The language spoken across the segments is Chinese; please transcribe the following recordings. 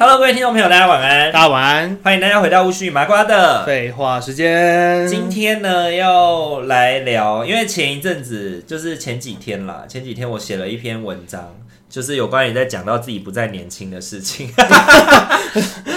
Hello，各位听众朋友，大家晚安，大家晚安，欢迎大家回到无须麻瓜的。废话时间。今天呢，要来聊，因为前一阵子就是前几天啦，前几天我写了一篇文章，就是有关于在讲到自己不再年轻的事情。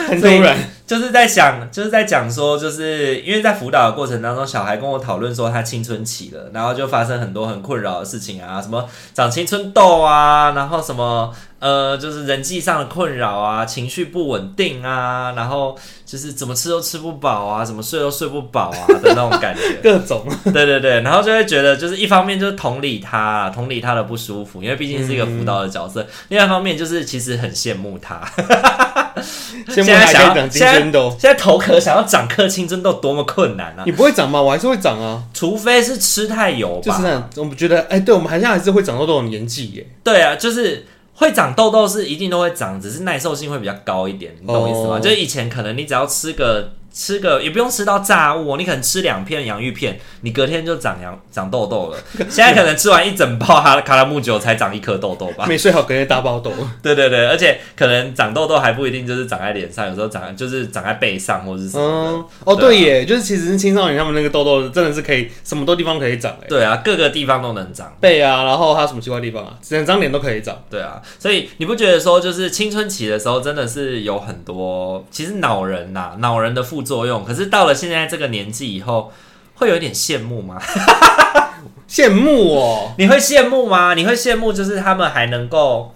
很突然，就是在想，就是在讲说，就是因为在辅导的过程当中，小孩跟我讨论说他青春期了，然后就发生很多很困扰的事情啊，什么长青春痘啊，然后什么呃，就是人际上的困扰啊，情绪不稳定啊，然后就是怎么吃都吃不饱啊，怎么睡都睡不饱啊的那种感觉。 各种对对对，然后就会觉得，就是一方面就是同理他，同理他的不舒服，因为毕竟是一个辅导的角色；，另外一方面就是其实很羡慕他， 羡慕在还想可要以长金哦针痘，现在头壳想要长颗青春痘多么困难啊！你不会长吗？我还是会长啊，除非是吃太油吧，就是那种我们觉得，哎、对我们好像还是会长到这种年纪耶。对啊，就是会长痘痘是一定都会长，只是耐受性会比较高一点，你懂我意思吗哦就是以前可能你只要吃个吃个也不用吃到炸物哦，你可能吃两片洋芋片，你隔天就长洋长痘 痘了。现在可能吃完一整包哈卡拉木酒才长一颗痘痘吧。 没睡好，隔夜大爆 痘。对对对，而且可能长痘痘还不一定就是长在脸上，有时候长就是长在背上或者是什么的。嗯，哦，对啊对耶，就是其实是青少年他们那个痘痘真的是可以什么都地方可以长哎，对啊，各个地方都能长。背啊，然后还有什么奇怪的地方啊，整张脸都可以长。对啊，所以你不觉得说，就是青春期的时候，真的是有很多，其实恼人呐、恼人的副作用。可是到了现在这个年纪以后，会有一点羡慕吗？ 羡慕哦，你会羡慕吗？你会羡慕就是他们还能够，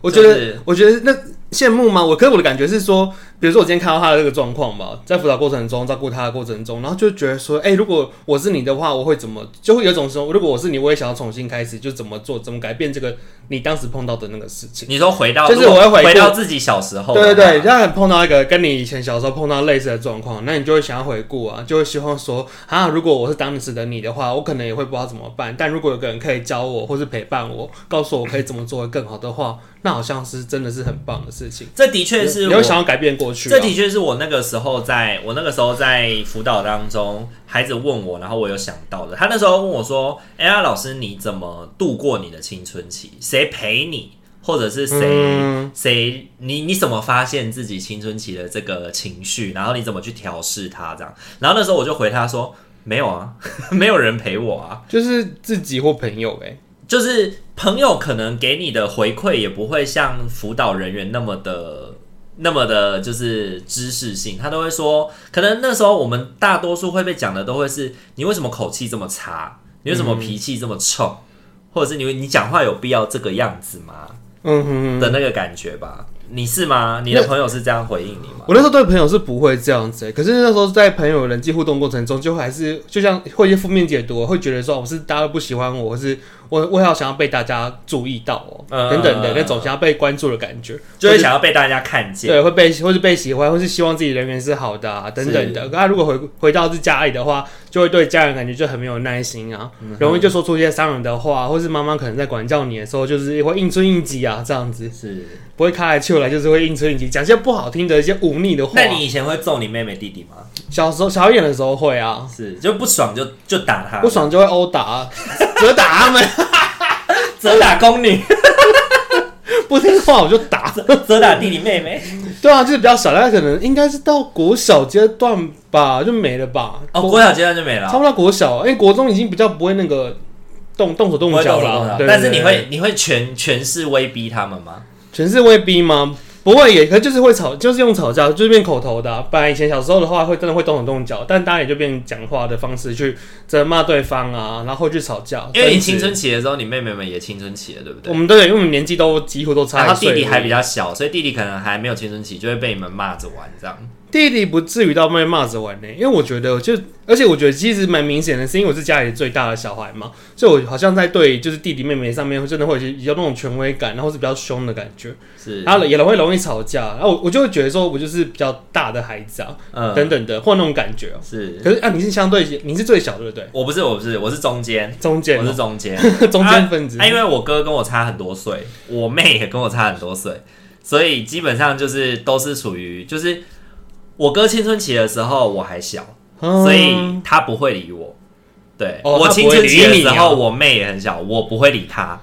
我觉得，就是我觉得那羡慕吗？我可是我的感觉是说，比如说我今天看到他的这个状况吧，在辅导过程中，照顾他的过程中，然后就觉得说，哎、如果我是你的话，我会怎么？就会有种说，如果我是你，我也想要重新开始，就怎么做，怎么改变这个你当时碰到的那个事情。你说回到，就是如果我会回顾回到自己小时候，对对对，，让你碰到一个跟你以前小时候碰到类似的状况，那你就会想要回顾啊，就会希望说啊，如果我是当时的你的话，我可能也会不知道怎么办。但如果有个人可以教我，或是陪伴我，告诉我可以怎么做得更好的话，那好像是真的是很棒的事情。这的确是你会我想要改变过去、啊。这的确是我那个时候在，我那个时候在辅导当中，孩子问我，然后我有想到的。他那时候问我说：“哎、呀，老师，你怎么度过你的青春期？谁陪你？或者是谁嗯谁、你你怎么发现自己青春期的这个情绪？然后你怎么去调试它？这样。”然后那时候我就回他说：“没有啊， 没有人陪我啊。”就是自己或朋友哎、就是朋友可能给你的回馈也不会像辅导人员那么的。那么的，就是知识性，他都会说，可能那时候我们大多数会被讲的都会是，你为什么口气这么差，你为什么脾气这么臭，或者是你你讲话有必要这个样子吗嗯哼哼。的那个感觉吧？你是吗？你的朋友是这样回应你吗？我那时候对朋友是不会这样子、欸，可是那时候在朋友人际互动过程中，就还是就像会一些负面解读，啊会觉得说我是大家都不喜欢我，或是我我要想要被大家注意到哦、嗯等等的那种想要被关注的感觉，就或会是想要被大家看见。对会被或是被喜欢，或是希望自己人缘是好的啊等等的。那、如果回回到是家里的话，就会对家人感觉就很没有耐心啊，嗯容易就说出一些伤人的话，或是妈妈可能在管教你的时候，就是会应出应急啊这样子。是。不会开来就来，就是会应出应激，讲些不好听的一些忤逆的话。那你以前会揍你妹妹弟弟吗？小时候小一点的时候会啊，是，就不爽就就打他，不爽就会殴打， 责打他们，责打宫女， 不听话我就打。责打弟弟妹妹。对啊，就是比较小，大概可能应该是到国小阶段吧，就没了吧。哦，国国小阶段就没了差啊，不多国小，因为国中已经比较不会那个动动手动不会脚动手动了脚。对但是你，对对会你会全全是威逼他们吗？全是会逼吗？不会也，可就是会吵，就是用吵架，就是变口头的啊、本来以前小时候的话，会真的会动手动脚，但大家也就变讲话的方式去责骂对方啊，然后去吵架。因为你争执青春期的时候，你妹妹们也青春期了，对不我对？们都有，因为我们年纪都几乎都差然一后岁啊弟而已。弟还比较小，所以弟弟可能还没有青春期，就会被你们骂着玩这样。弟弟不至于到被骂着玩呢、因为我觉得就，而且我觉得其实蛮明显的，是因为我是家里最大的小孩嘛，所以我好像在对就是弟弟妹妹上面，会真的会有一些比较那种权威感，然后是比较凶的感觉，是，然后也容易容易吵架，然后我我就会觉得说我就是比较大的孩子啊，嗯，等等的，或那种感觉哦、是可是啊，你是相对你是最小的，对不对？我不是我不是我是中间，中间我哦、是中间， 中间分子啊，因为我哥跟我差很多岁，我妹也跟我差很多岁，所以基本上就是都是属于就是我哥青春期的时候我还小，嗯所以他不会理我。对、哦他我不青会春期的理你时候，哦我妹也很小，我不会理她。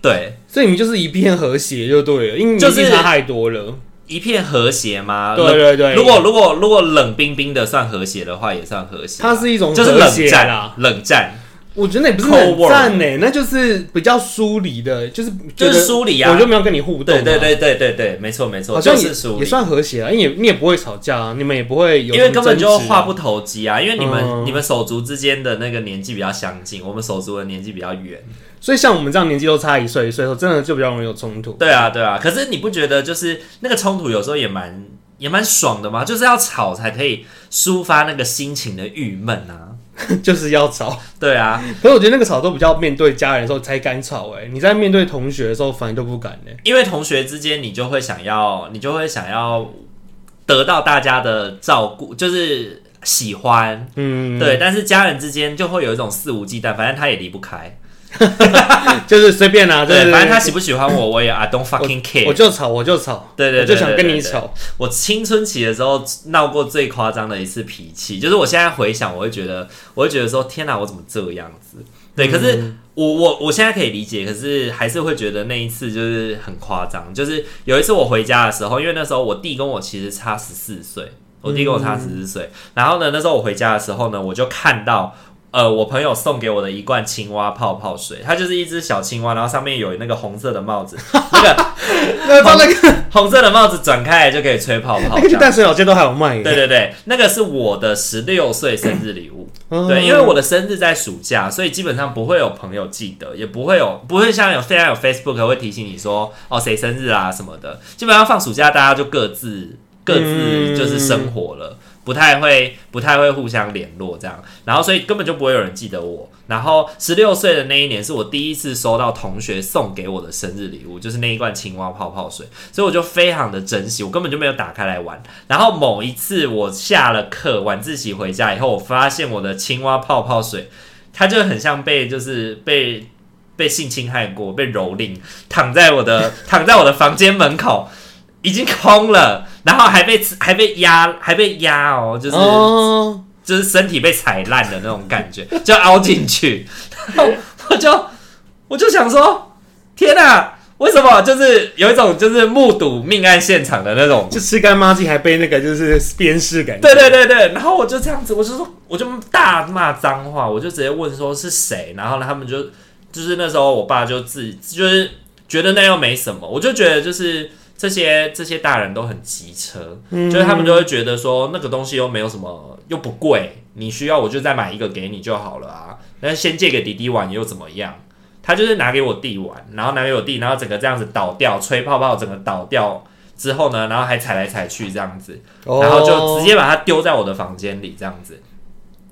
对，所以你们就是一片和谐就对了，因为你就就是是差太多了。一片和谐吗？对冷对对，如果如果如果冷冰冰的算和谐的话，也算和谐啊。它是一种就是和冷谐战啦，冷战我觉得那也不是 Cold 冷战呢、那就是比较疏离的，就是觉就得是疏离我啊就。没有跟你互动、对啊。对对对对对，没错没错，好像就也是疏也离。算和谐啊，因为你也你也不会吵架、啊，你们也不会有因为根本就话画不投机啊，因为你们、嗯你们手足之间的那个年纪比较相近，我们手足的年纪比较远。所以像我们这样年纪都差一岁，所以说真的就比较容易有冲突。 对啊，对啊。可是你不觉得就是那个冲突有时候也蛮也蛮爽的吗？就是要吵才可以抒发那个心情的郁闷啊。就是要吵。对啊，可是我觉得那个吵都比较面对家人的时候才敢吵、欸，哎，你在面对同学的时候反而都不敢呢、欸因为同学之间你就会想要，你就会想要得到大家的照顾，就是喜欢。嗯，对，但是家人之间就会有一种肆无忌惮，反正他也离不开。就是随便啦、就是啊对，反正他喜不喜欢我，我也 I don't fucking care 我。就吵，我就吵，对对对我就想跟你对吵。我青春期的时候闹过最夸张的一次脾气，就是我现在回想，我会觉得，我会觉得说，天哪，我怎么这样子？对，可是我我我现在可以理解，可是还是会觉得那一次就是很夸张。就是有一次我回家的时候，因为那时候我弟跟我其实差十四岁，我弟跟我差十四岁。然后呢，那时候我回家的时候呢，我就看到呃我朋友送给我的一罐青蛙泡泡水，它就是一只小青蛙，然后上面有那个红色的帽子，那个那放那个红色的帽子转开来就可以吹泡那泡。这个去样淡水老街都还有卖耶。欸对对对，那个是我的十六岁生日礼物。嗯对，因为我的生日在暑假，所以基本上不会有朋友记得，也不会有不会像有现在有 Facebook 会提醒你说哦谁生日啊什么的。基本上放暑假大家就各自各自嗯就是生活了。不太会，不太会互相联络这样，然后所以根本就不会有人记得我。然后十六岁的那一年是我第一次收到同学送给我的生日礼物，就是那一罐青蛙泡泡水，所以我就非常的珍惜，我根本就没有打开来玩。然后某一次我下了课晚自习回家以后，我发现我的青蛙泡泡水，它就很像被就是被被性侵害过，被蹂躏，躺在我的 躺在我的房间门口，已经空了，然后还被还被压还被压哦，就是、哦，就是身体被踩烂的那种感觉，就凹进去，然后我就我就想说，天哪、为什么就是有一种就是目睹命案现场的那种就吃干妈鸡还被那个就是鞭尸感觉。对对对对，然后我就这样子，我就说，我就大骂脏话，我就直接问说是谁，然后呢，他们就就是那时候我爸就自己就是觉得那又没什么，我就觉得就是这些这些大人都很机车，嗯就是他们就会觉得说那个东西又没有什么，又不贵，你需要我就再买一个给你就好了啊，那先借给弟弟玩又怎么样？他就是拿给我弟玩，然后拿给我弟，然后整个这样子倒掉，吹泡泡，整个倒掉之后呢，然后还踩来踩去这样子，哦，然后就直接把它丢在我的房间里，这样子。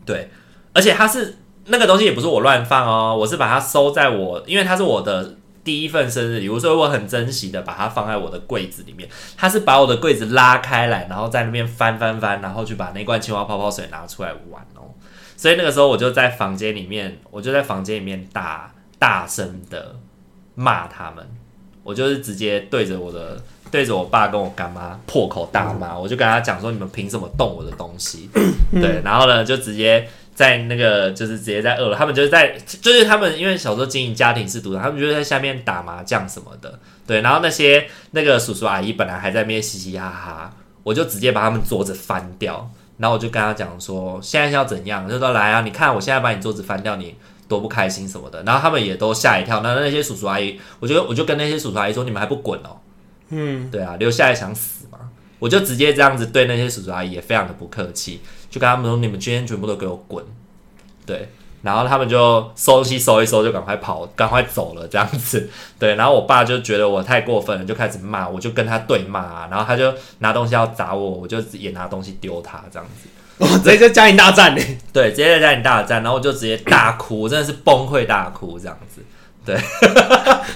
对，而且它是那个东西也不是我乱放哦，我是把它收在我，因为它是我的第一份生日礼物，所以我很珍惜的把它放在我的柜子里面。它是把我的柜子拉开来，然后在那边翻翻翻，然后去把那罐青蛙泡泡水拿出来玩哦。所以那个时候我就在房间里面，我就在房间里面大大声的骂他们，我就是直接对着我的对着我爸跟我干妈破口大骂，我就跟他讲说你们凭什么动我的东西？对，然后呢就直接在那个就是直接在二楼，他们就是在就是他们因为小时候经营家庭式赌场，他们就是在下面打麻将什么的，对，然后那些那个叔叔阿姨本来还在那边嘻嘻哈哈，我就直接把他们桌子翻掉，然后我就跟他讲说现在是要怎样，就说来啊，你看我现在把你桌子翻掉，你。多不开心什么的，然后他们也都吓一跳。那那些叔叔阿姨，我就我就跟那些叔叔阿姨说：“你们还不滚哦、嗯，对啊，留下来想死嘛，我就直接这样子对那些叔叔阿姨也非常的不客气，就跟他们说你们今天全部都给我滚。对，然后他们就收东西收一收，就赶快跑，赶快走了这样子。对，然后我爸就觉得我太过分了，就开始骂，我就跟他对骂，啊然后他就拿东西要砸我，我就也拿东西丢他这样子。哇，哦直接在家庭大战呢、欸对，直接在家里大战，然后我就直接大哭，真的是崩溃大哭这样子，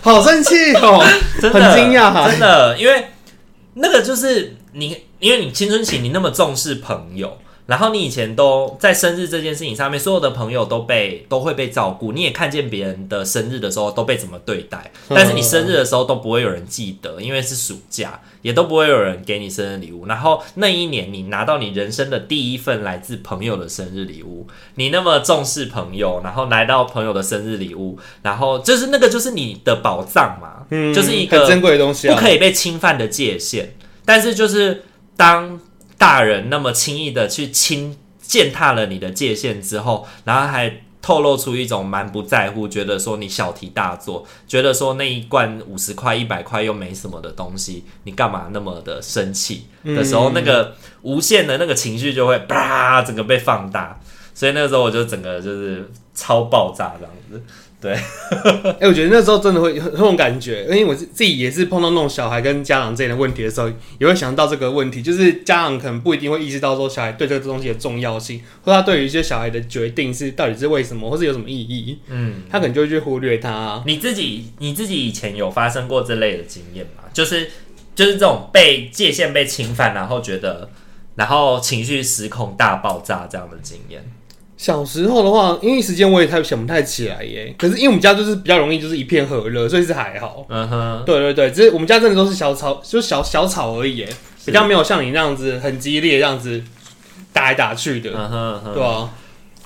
好生气哦！真的很惊讶啊真的，因为那个就是你，因为你青春期你那么重视朋友，然后你以前都在生日这件事情上面，所有的朋友都被都会被照顾，你也看见别人的生日的时候都被怎么对待，嗯但是你生日的时候都不会有人记得，因为是暑假，也都不会有人给你生日礼物。然后那一年你拿到你人生的第一份来自朋友的生日礼物，你那么重视朋友，然后来到朋友的生日礼物，然后就是那个就是你的宝藏嘛，嗯， 就是一很个珍贵的东西不啊。可以被侵犯的界限。但是就是当大人那么轻易的去侵践踏了你的界限之后，然后还透露出一种蛮不在乎，觉得说你小题大做，觉得说那一罐五十块、一百块又没什么的东西，你干嘛那么的生气的时候，那个无限的那个情绪就会啪整个被放大。所以那个时候我就整个就是超爆炸这样子， 哎、我觉得那时候真的会有有那种感觉，因为我自自己也是碰到那种小孩跟家长之间的问题的时候，也会想到这个问题，就是家长可能不一定会意识到说小孩对这个东西的重要性，或他对于一些小孩的决定是到底是为什么，或是有什么意义，嗯，他可能就会去忽略它、啊。哦你自己你自己以前有发生过这类的经验吗？就是就是这种被界限被侵犯，然后觉得然后情绪失控大爆炸这样的经验。小时候的话，因为时间我也太想不太起来耶，可是因为我们家就是比较容易就是一片和乐，所以是还好。嗯哼，对对对，只是我们家真的都是小吵，就是小小吵而已耶，是比较没有像你那样子很激烈这样子打来打去的，嗯哼嗯哼，对啊，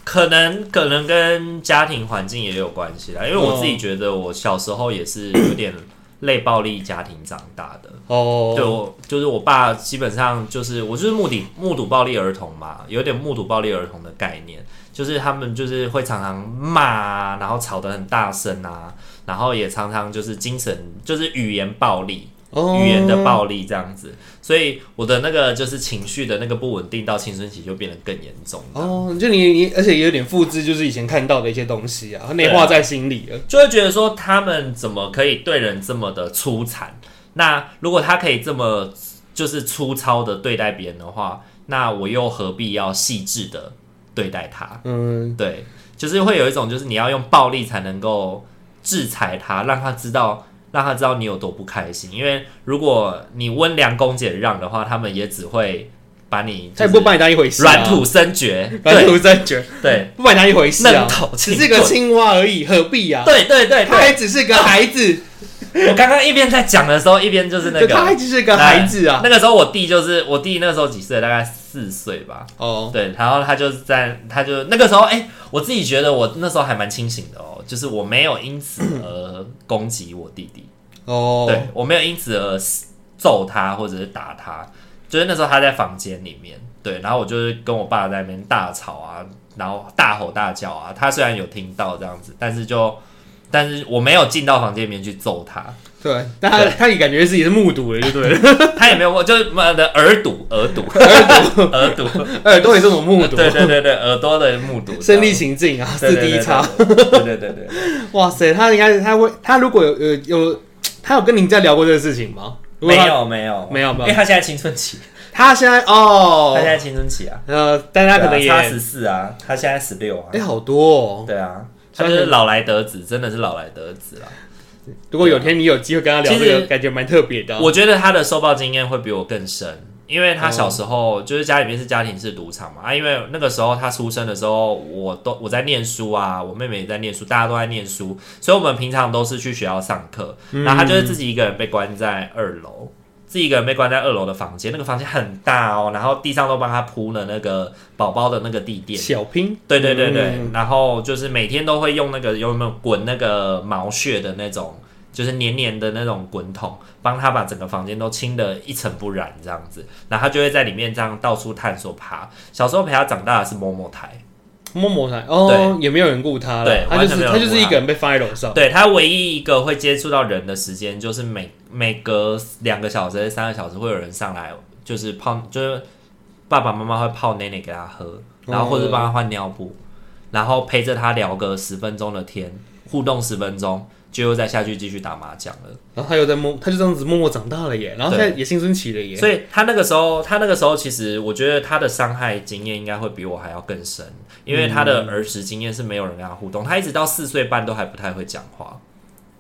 可能可能跟家庭环境也有关系啦，因为我自己觉得我小时候也是有点类暴力家庭长大的。对哦，我就是我爸，基本上就是我就是目睹目睹暴力儿童嘛，有点目睹暴力儿童的概念，就是他们就是会常常骂啊，然后吵得很大声啊，然后也常常就是精神就是语言暴力，哦语言的暴力这样子，所以我的那个就是情绪的那个不稳定到青春期就变得更严重了。哦，就你你，而且也有点复制，就是以前看到的一些东西啊，内化在心里了。就会觉得说他们怎么可以对人这么的粗残？那如果他可以这么就是粗糙的对待别人的话，那我又何必要细致的对待他？嗯，对，就是会有一种就是你要用暴力才能够制裁他，让他知道。让他知道你有多不开心，因为如果你温良恭俭让的话，他们也只会把你他就也不是把你当一回事、啊，软土生绝，软对土真绝，对，不把你当一回事啊嫩，头只青是个棍，青蛙而已，何必啊？对对对，他还只是个孩子， 我刚刚一边在讲的时候，一边就是那对，他还个只是个孩子啊。那个时候我弟就是我弟那时候几岁，大概四岁吧。哦，对，然后他就是在他就那个时候，哎、我自己觉得我那时候还蛮清醒的哦，就是我没有因此而攻击我弟弟，哦，对我没有因此而揍他或者是打他，就是那时候他在房间里面，对，然后我就是跟我爸在那边大吵啊，然后大吼大叫啊，他虽然有听到这样子，但是就但是我没有进到房间里面去揍他，对，但他对他也感觉自己是目睹了，就对了。 他也没有过，就是妈的耳堵，耳堵，耳堵，耳耳朵也这种目堵，睹，啊对对对对，耳朵的目睹，身临其境啊，对四对 D 对差，对对对对对，哇塞，他应该他会他如果有有有他有跟您在聊过这个事情吗？如果没他，有没有没有没有因为他现在青春期，啊他现在哦他，现在青春期啊，呃，但他可能也对啊差十四啊，他现在十六啊哎，好多哦。对啊，他就是老来得子，真的是老来得子啊啦。如果有天你有机会跟他聊其这实个，感觉蛮特别的啊。我觉得他的受暴经验会比我更深，因为他小时候就是家里面是家庭式赌场嘛啊，因为那个时候他出生的时候，我都我在念书啊，我妹妹也在念书，大家都在念书，所以我们平常都是去学校上课，然后他就是自己一个人被关在二楼。自己一个人被关在二楼的房间，那个房间很大哦，然后地上都帮他铺了那个宝宝的那个地垫，小拼，对对对对，嗯然后就是每天都会用那个有没有滚那个毛屑的那种，就是黏黏的那种滚筒，帮他把整个房间都清得一尘不染这样子，然后他就会在里面这样到处探索爬。小时候陪他长大的是某某台，摸摸他哦，也没有人顾他了对，他完就全是没有他人就顾是一他个人被放在楼上。对他唯一一个会接触到人的时间，就是每每隔两个小时、三个小时会有人上来，就是泡，就是爸爸妈妈会泡奶奶给他喝，然后或者帮他换尿布。然后陪着他聊个十分钟的天，互动十分钟，就又再下去继续打麻将了。然后他又在默，他就这样子默默长大了耶，然后现在也青春期了耶，所以他那个时候，他那个时候其实我觉得他的伤害经验应该会比我还要更深，因为他的儿时经验是没有人跟他互动，他一直到四岁半都还不太会讲话。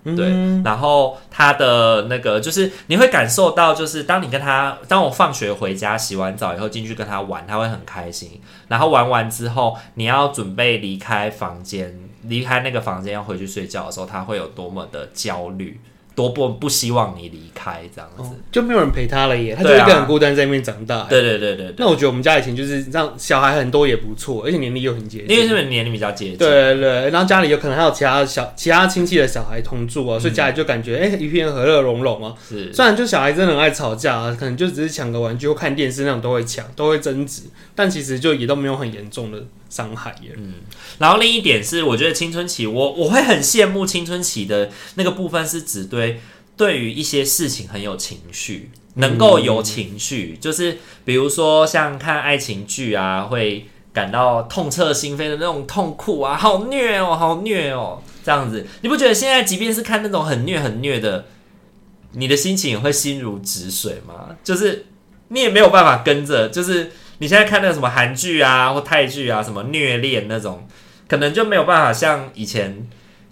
嗯对，然后他的那个就是你会感受到，就是当你跟他，当我放学回家洗完澡以后进去跟他玩，他会很开心。然后玩完之后，你要准备离开房间，离开那个房间要回去睡觉的时候，他会有多么的焦虑，多不不希望你离开这样子。哦哎就没有人陪他了耶，他就对一啊个人孤单在那边长大。对对对对对，那我觉得我们家以前就是让小孩很多也不错，而且年龄又很接近。因为是不是年龄比较接近？对对对，然后家里有可能还有其他小其他亲戚的小孩同住啊，所以家里就感觉哎、一片和乐融融啊。是，虽然就小孩真的很爱吵架啊，可能就只是抢个玩具或看电视那种都会抢，都会争执，但其实就也都没有很严重的伤害耶。嗯然后另一点是，我觉得青春期，我我会很羡慕青春期的那个部分，是指对对于一些事情很有情绪，能够有情绪，就是比如说像看爱情剧啊，会感到痛彻心扉的那种痛苦啊，好虐哦，好虐哦，这样子，你不觉得现在即便是看那种很虐很虐的，你的心情也会心如止水吗？就是你也没有办法跟着，就是你现在看那个什么韩剧啊或泰剧啊，什么虐恋那种，可能就没有办法像以前，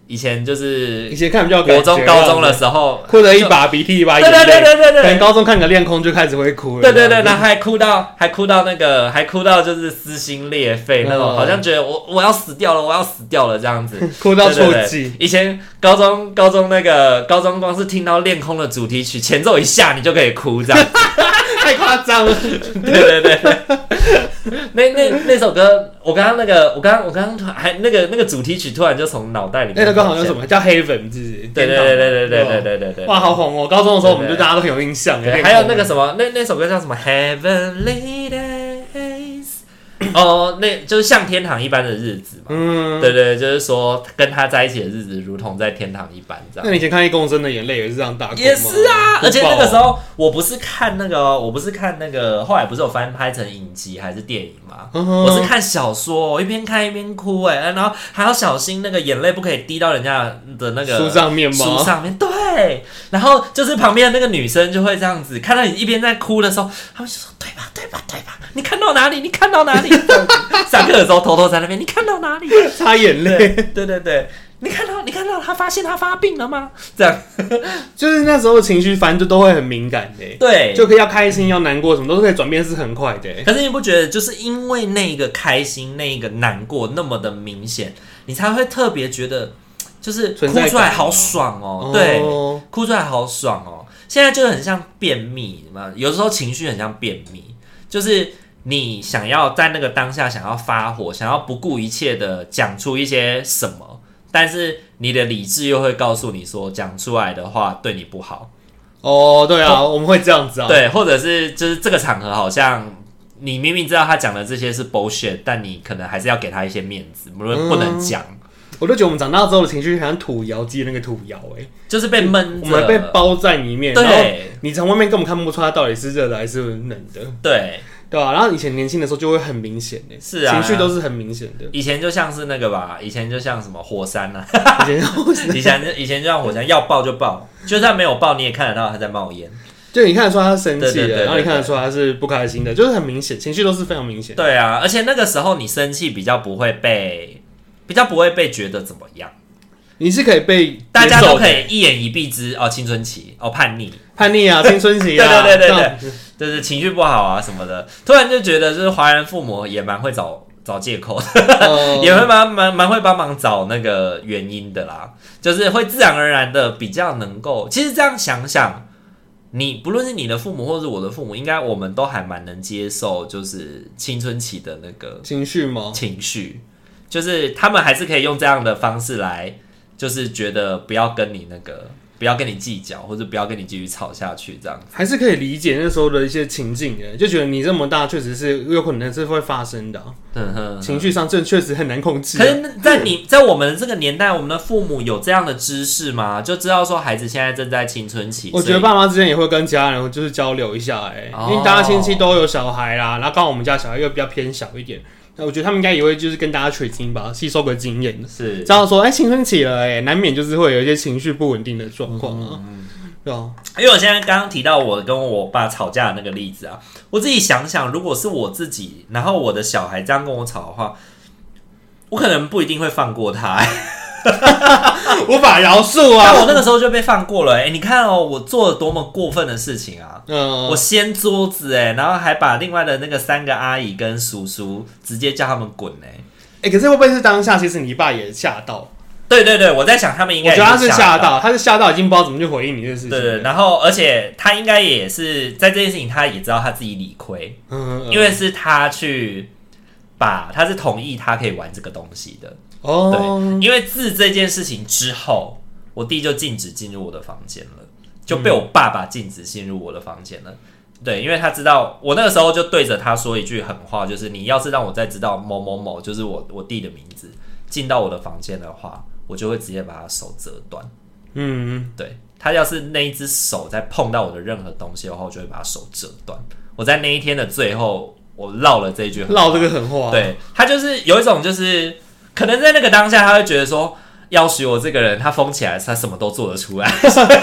以前就是以前看比较国中、高中的时候，哭得一把鼻涕一把对眼对泪，对对对可能对。高中看个恋空就开始会哭了。对对对，然后还哭到还哭到那个还哭到就是撕心裂肺那种，嗯好像觉得我我要死掉了，我要死掉了这 样子。哭到对抽对泣对。以前高中高中那个高中光是听到《恋空》的主题曲前奏一下，你就可以哭这样。太夸张 了。对对对对，那那那首歌，我刚刚那个，我刚刚我刚刚突然还那个那个主题曲突然就从脑袋里面。那首歌好像叫什？么叫黑粉，是不是？对对对对对对对对对对。哇，好红哦！高中的时候我们对对对大家都很有印象耶。对，恋还空有那个什么，那那首歌叫什么？Heavenly Days。哦，那就是像天堂一般的日子嘛。嗯，对对，对就是说跟他在一起的日子，如同在天堂一般这样那。你以前看《一公升的眼泪》也是这样大哭吗也是啊，而且那个时哭爆啊候我不是看那个哦，我不是看那个，后来不是有翻拍成影集还是电影吗？嗯哼我是看小说，我一边看一边哭，哎，然后还要小心那个眼泪不可以滴到人家的那个书上面书吗？上面。对，然后就是旁边的那个女生就会这样子，看到你一边在哭的时候，他们就说对吧，对吧，对吧，你看到哪里？你看到哪里？这样子上课的时候偷偷在那边，你看到哪里？擦眼对泪，对对对，你看到你看到他发现他发病了吗？这样就是那时候情绪，反正就都会很敏感的，欸对，就可以要开心，要难过，什么都是可以转变，是很快的。欸可是你不觉得，就是因为那个开心、那个难过那么的明显，你才会特别觉得，就是哭存在感出来好爽哦、对，哦哭出来好爽哦、现在就很像便秘嘛，有时候情绪很像便秘，就是你想要在那个当下想要发火，想要不顾一切的讲出一些什么，但是你的理智又会告诉你说，讲出来的话对你不好。哦，对啊，我们会这样子啊。对，或者是就是这个场合好像你明明知道他讲的这些是 bullshit，但你可能还是要给他一些面子，不能不能讲，我就觉得我们长大之后的情绪，好像土窑机的那个土窑，哎，就是被闷我们被着。包在里面，然后对你从外面根本看不出它到底是热的还是冷的。对，对啊，然后以前年轻的时候就会很明显的，是啊情绪都是很明显的。以前就像是那个吧，以前就像什么火山呐、啊， 以前 以前就以前就像火山，要爆就爆，就算没有爆，你也看得到它在冒烟。就你看得出他是生气对对对对的，然后你看得出他是不开心的，就是很明显，情绪都是非常明显。对啊，而且那个时候你生气比较不会被，比较不会被觉得怎么样，你是可以被大家接都受可以一眼一蔽之哦，青春期哦，叛逆。叛逆啊，青春期啊， 对对对对对这样子就是情绪不好啊什么的，突然就觉得就是华人父母也蛮会找找借口的，呃 也会蛮蛮蛮会帮忙找那个原因的啦，就是会自然而然的比较能够，其实这样想想，你不论是你的父母或是我的父母，应该我们都还蛮能接受，就是青春期的那个情绪吗？情绪，就是他们还是可以用这样的方式来，就是觉得不要跟你那个。不要跟你计较，或者不要跟你继续吵下去，这样 还是可以理解那时候的一些情境的，就觉得你这么大，确实是有可能是会发生的啊、嗯哼。情绪上这确实很难控制可啊、是那，在你在我们这个年代，我们的父母有这样的知识吗？就知道说孩子现在正在青春期，我觉所得以爸妈之间也会跟其他人就是交流一下、欸，哎、哦因为大家亲戚都有小孩啦，然后刚好我们家小孩又比较偏小一点，那我觉得他们应该也会就是跟大家取经吧，吸收个经验的，是知，道说哎、青春期了哎、难免就是会有一些情绪不稳定的状况啊，对啊，因为我现在刚刚提到我跟我爸吵架的那个例子啊，我自己想想，如果是我自己，然后我的小孩这样跟我吵的话，我可能不一定会放 过他、无法饶恕但啊，我那个时候就被放过了、欸。哎、你看哦，我做了多么过分的事情啊！嗯、我掀桌子哎、欸然后还把另外的那个三个阿姨跟叔叔直接叫他们滚哎、欸哎、可是会不会是当下其实你爸也吓到？对对对，我在想他们应我该觉得他也是吓吓。到，他是吓到已经不知道怎么去回应你这个事情，对对，对然后而且他应该也是在这件事情，他也知道他自己理亏。嗯，嗯因为是他去把，他是同意他可以玩这个东西的。哦，对，因为自这件事情之后，我弟就禁止进入我的房间了，就被我爸爸禁止进入我的房间了。对，因为他知道我那个时候就对着他说一句狠话，就是你要是让我再知道某某某就是我我弟的名字进到我的房间的话，我就会直接把他手折断。嗯，对他要是那一只手再碰到我的任何东西的话，我就会把手折断。我在那一天的最后，我唠了这一句狠话，唠这个狠话，对他就是有一种就是可能在那个当下，他会觉得说，要许我这个人，他疯起来，他什么都做得出来。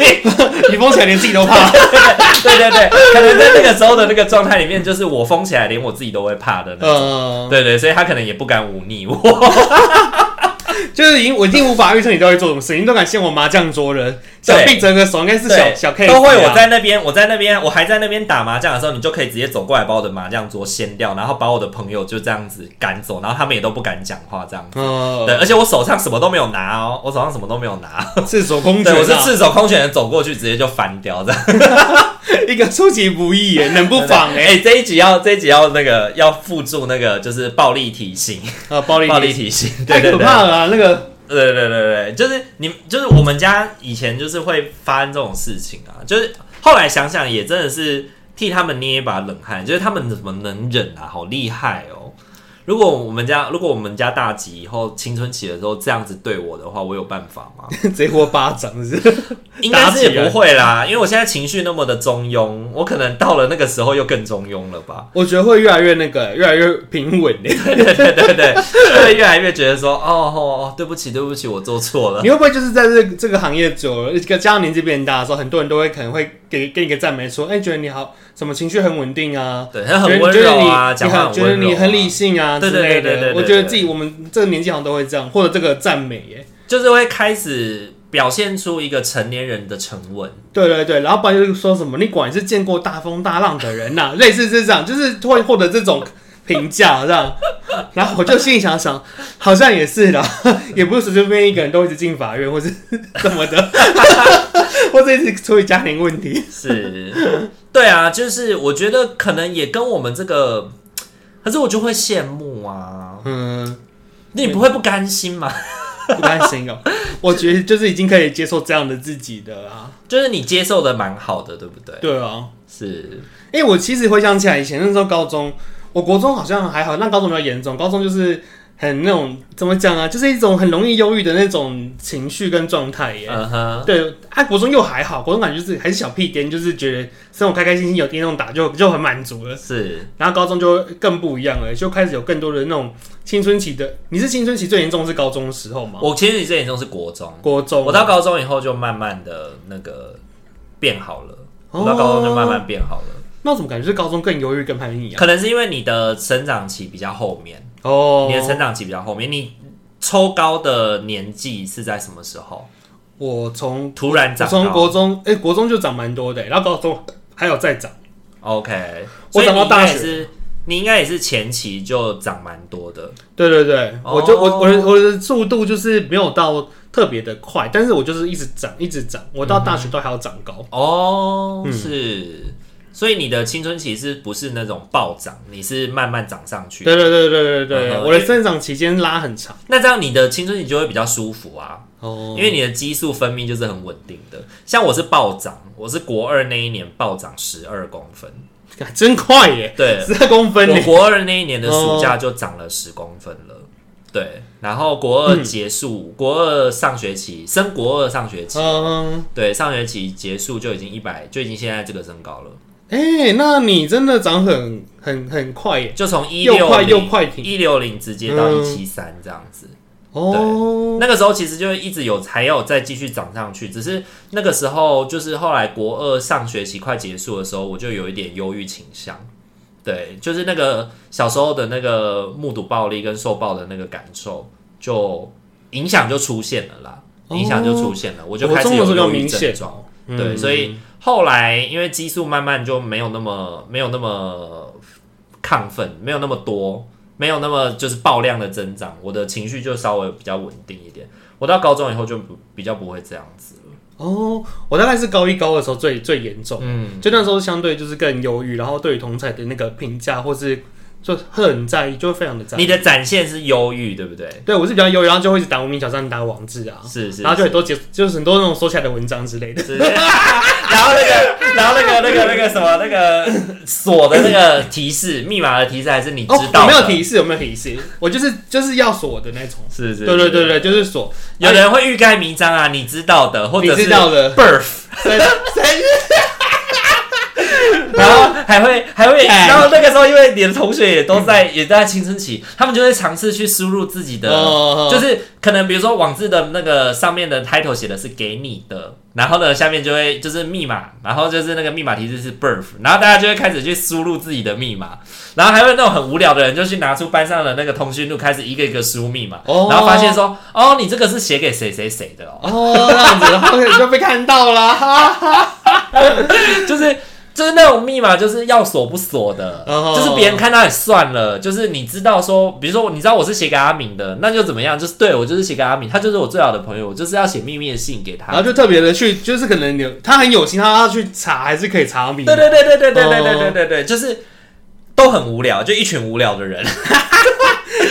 你疯起来连自己都怕，对对对，可能在那个时候的那个状态里面，就是我疯起来，连我自己都会怕的那种。嗯，对对，所以他可能也不敢忤逆我。就是已经我已经无法预测你到底做什么事，你都敢掀我麻将桌了，小对臂折个手应该是小对小 K，都会我在那边，我在那边，我还在那边打麻将的时候，你就可以直接走过来把我的麻将桌掀掉，然后把我的朋友就这样子赶走，然后他们也都不敢讲话这样。嗯，对，而且我手上什么都没有拿哦，我手上什么都没有拿，赤手空拳对啊，我是赤手空拳的走过去，直接就翻掉这样。一个出其不意耶，能不防哎、哎，这一集要这一集要那个要附注那个就是暴力提醒，啊，暴力 暴力提醒，对太对可对，怕了啊，那 个对对对对，对就是你就是我们家以前就是会发生这种事情啊，就是后来想想也真的是替他们捏一把冷汗，就是他们怎么能忍啊，好厉害哦！如果我们家如果我们家大吉以后青春期的时候这样子对我的话，我有办法 吗？直接握巴掌是不是，应该是 也不会啦，因为我现在情绪那么的中庸，我可能到了那个时候又更中庸了吧。我觉得会越来越那个，越来越平稳耶对对对对，就会越来越觉得说，哦哦哦，对不起对不起，我做错了。 你会不会就是在这这个行业久了，加上年纪变大的时候，很多人都会可能会给给你一个赞美，说，哎、觉得你好，什么情绪很稳定啊，对，他很温柔啊，觉得讲你你话很很觉得温柔、啊，你很理性啊之对对类对对对的。对我觉得自己我们这个年纪好像都会这样，或者这个赞美耶。就是会开始表现出一个成年人的沉稳。对对对，然后不然就是说什么，你果然是见过大风大浪的人呐、 类似是这样，就是会获得这种评价这样。然后我就心里想想，好像也是啦， 也不是随随便便一个人都一直进法院或是什么的， 或者一直处理家庭问题。是， 对啊，就是我觉得可能也跟我们这个，可是我就会羡慕啊。嗯，你不会不甘心吗？不担心哦，我觉得就是已经可以接受这样的自己的啦。就是你接受的蛮好的，对不对？对啊，是，因为我其实回想起来，以前那时候高中，我国中好像还好，那高中比较严重。高中就是很那种怎么讲啊，就是一种很容易忧郁的那种情绪跟状态耶。嗯哼，对，啊，国中又还好，国中感觉就是还是小屁颠，就是觉得生活开开心心，有电动打就就很满足了。是，然后高中就更不一样了，就开始有更多的那种青春期的。你是青春期最严重的是高中的时候吗？我其实你这严重是国中，国中，我到高中以后就慢慢的那个变好了，我到高中就慢慢变好了，那我怎么感觉是高中更忧郁、更叛逆啊？可能是因为你的生长期比较后面。哦你的成长期比较后面，你抽高的年纪是在什么时候？我从突然我长从高国中，哎、国中就涨蛮多的、然后高中还有再涨。 ，OK，我所以长到你应该大也是，你应该也是前期就长蛮多的，对对对，哦我就我我的我的速度就是没有到特别的快，但是我就是一直涨，一直涨，我到大学都还要长高。哦，嗯是，所以你的青春期是不是那种暴涨？你是慢慢涨上去，对对对对对对，嗯哼我的生长期间拉很长。那这样你的青春期就会比较舒服啊，哦因为你的激素分泌就是很稳定的。像我是暴涨，我是国二那一年暴涨十二公分，真快耶，对，十二公分哦我耶。国二那一年的暑假就长了十公分了。对，然后国嗯二结束，国二上学期升国二上学期，嗯，对，上学期结束就已经一百，就已经现在这个身高了。哎、哎、那你真的长很很很快耶，就从一又六快零又快艇一六零直接到嗯一七三这样子。哦，那个时候其实就一直有还有再继续涨上去，只是那个时候就是后来国二上学期快结束的时候，我就有一点忧郁倾向。对，就是那个小时候的那个目睹暴力跟受暴的那个感受，就影响就出现了啦，哦影响就出现了，我就国开始中的时有候忧就郁明症显状。嗯对，所以后来因为激素慢慢就没有那么没有那么亢奋，没有那么多，没有那么就是爆量的增长，我的情绪就稍微比较稳定一点。我到高中以后就不比较不会这样子了。哦，我大概是高一高二的时候最最严重，嗯，就那时候相对就是更忧郁，然后对于同才的那个评价或是就会很在意，就会非常的在 你意。的展现是忧郁，对不对？对我是比较忧郁，然后就会一直打无名小站、打网志啊，是是，然后就很多解，就是很多那种收起来的文章之类的。是然后那个，然后那个，那个，那个什么，那个锁的那个提示，密码的提示还是你知哦，道我的？没有提示，有没有提示？我就是就是要锁的那种。是是，对对对对，就是锁。有的人会欲盖弥彰啊，你知道的，或者你是知道的 birth，谁谁 然后还会还会，哎嗯然后那个时候因为你的同学也都在也在青春期，他们就会尝试去输入自己的，哦就是可能比如说网志的那个上面的 title 写的是给你的，然后呢下面就会就是密码，然后就是那个密码提示是 birth，然后大家就会开始去输入自己的密码，然后还会那种很无聊的人就去拿出班上的那个通讯录开始一个一个输密码，哦然后发现说哦你这个是写给谁谁谁的哦，哦这样子，然后就被看到了，哈哈。 就是就是那种密码，就是要锁不锁的哦就是别人看到也算了，就是你知道说，比如说你知道我是写给阿敏的，那就怎么样？就是对我就是写给阿敏，他就是我最好的朋友，我就是要写秘密的信给然后他。啊就特别的去，就是可能有他很有心，他要去查，还是可以查到密码对对对对对对对哦对对对对，就是都很无聊，就一群无聊的人。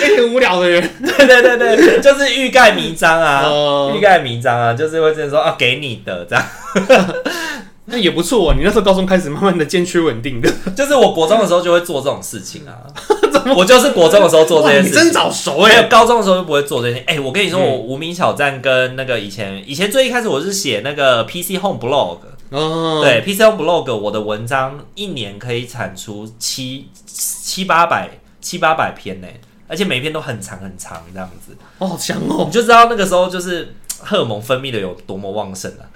一群无聊的人。对对对对，就是欲盖弥彰啊，哦欲，盖弥彰啊，就是会这样说啊，给你的这样。 那也不错哦。你那时候高中开始慢慢的渐趋稳定的，就是我国中的时候就会做这种事 情啊，我就是国中的时候 做这哇，件你事情。真早熟我也哎。高中的时候就不会做这些。哎、我跟你说，嗯我无名小站跟那个以前以前最一开始我是写那个 PC Home Blog，、哦，对 PC Home Blog，我的文章一年可以产出七七八百七八百篇呢，而且每一篇都很长很长这样子，哦，好香你哦。就知道那个时候就是荷尔蒙分泌的有多么旺盛啊了、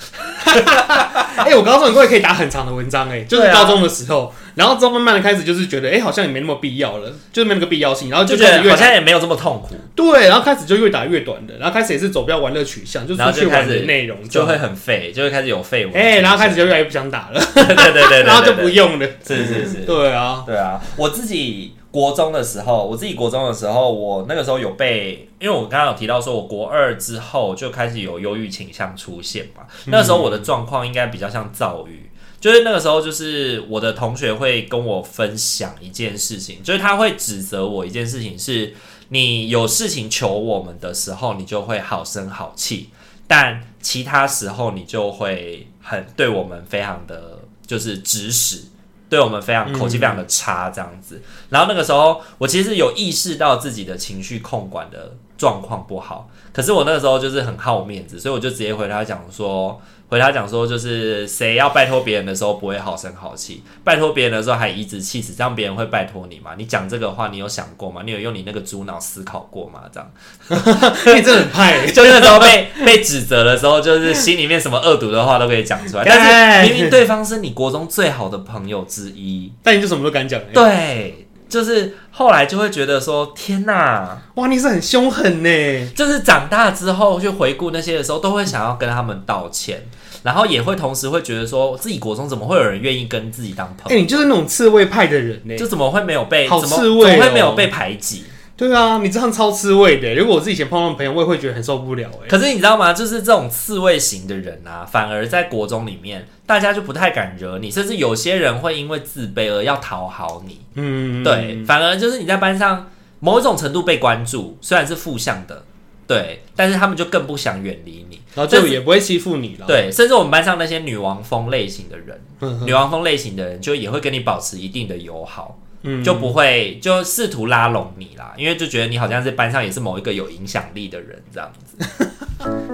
哎，我高中很快可以打很长的文章哎，就是对啊高中的时候，然后之后慢慢的开始就是觉得，哎，好像也没那么必要了，就是没那个必要性，然后就就觉开始得越好打像也没有这么痛苦，对，然后开始就越打越短的，然后开始也是走比较玩乐取向，就是然后出就去玩开始的内容就会很废，就会开始有废文。哎，然后开始就越来越不想打了， 对对对对对， 然后就不对用了。是是是。对啊，对啊，我自己国中的时候，我自己国中的时候，我那个时候有被，因为我刚刚有提到说，我国二之后就开始有忧郁倾向出现嘛。那时候我的状况应该比较像躁郁，就是那个时候就是我的同学会跟我分享一件事情，就是他会指责我一件事情是，你有事情求我们的时候，你就会好声好气，但其他时候你就会很对我们非常的就是指使。对我们非常口气非常的差这样子。然后那个时候，我其实有意识到自己的情绪控管的状况不好，可是我那个时候就是很好面子，所以我就直接回他讲说。回他讲说，就是谁要拜托别人的时候不会好声好气，拜托别人的时候还颐指气使，这样别人会拜托你吗？你讲这个话，你有想过吗？你有用你那个猪脑思考过吗？这样。你真的很派欸。 就那时候被被指责的时候，就是心里面什么恶毒的话都可以讲出来，干但是明明对方是你国中最好的朋友之一，但你就什么都敢讲欸。对，就是后来就会觉得说，天哪！哇，你是很凶狠欸呢。就是长大之后去回顾那些的时候，都会想要跟他们道歉，然后也会同时会觉得说，自己国中怎么会有人愿意跟自己当朋哎、友？你就是那种刺猬派的人欸呢。就怎么会没有被好怎么刺怎么猬哦会没有被排挤？对啊，你这样超刺猬的。欸如果我是以前碰到的朋友，我也会觉得很受不了哎。可是你知道吗？就是这种刺猬型的人啊，反而在国中里面，大家就不太敢惹你，甚至有些人会因为自卑而要讨好你。嗯，对，反而就是你在班上某一种程度被关注，虽然是负向的，对，但是他们就更不想远离你。然后就也不会欺负你了。对，甚至我们班上那些女王风类型的人，嗯，女王风类型的人就也会跟你保持一定的友好，嗯，就不会就试图拉拢你啦，因为就觉得你好像是班上也是某一个有影响力的人这样子。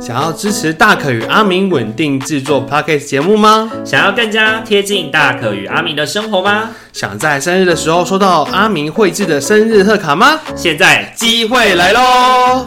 想要支持大可与阿明稳定制作 podcast 节目吗？想要更加贴近大可与阿明的生活吗？想在生日的时候收到阿明绘制的生日贺卡吗？现在机会来喽！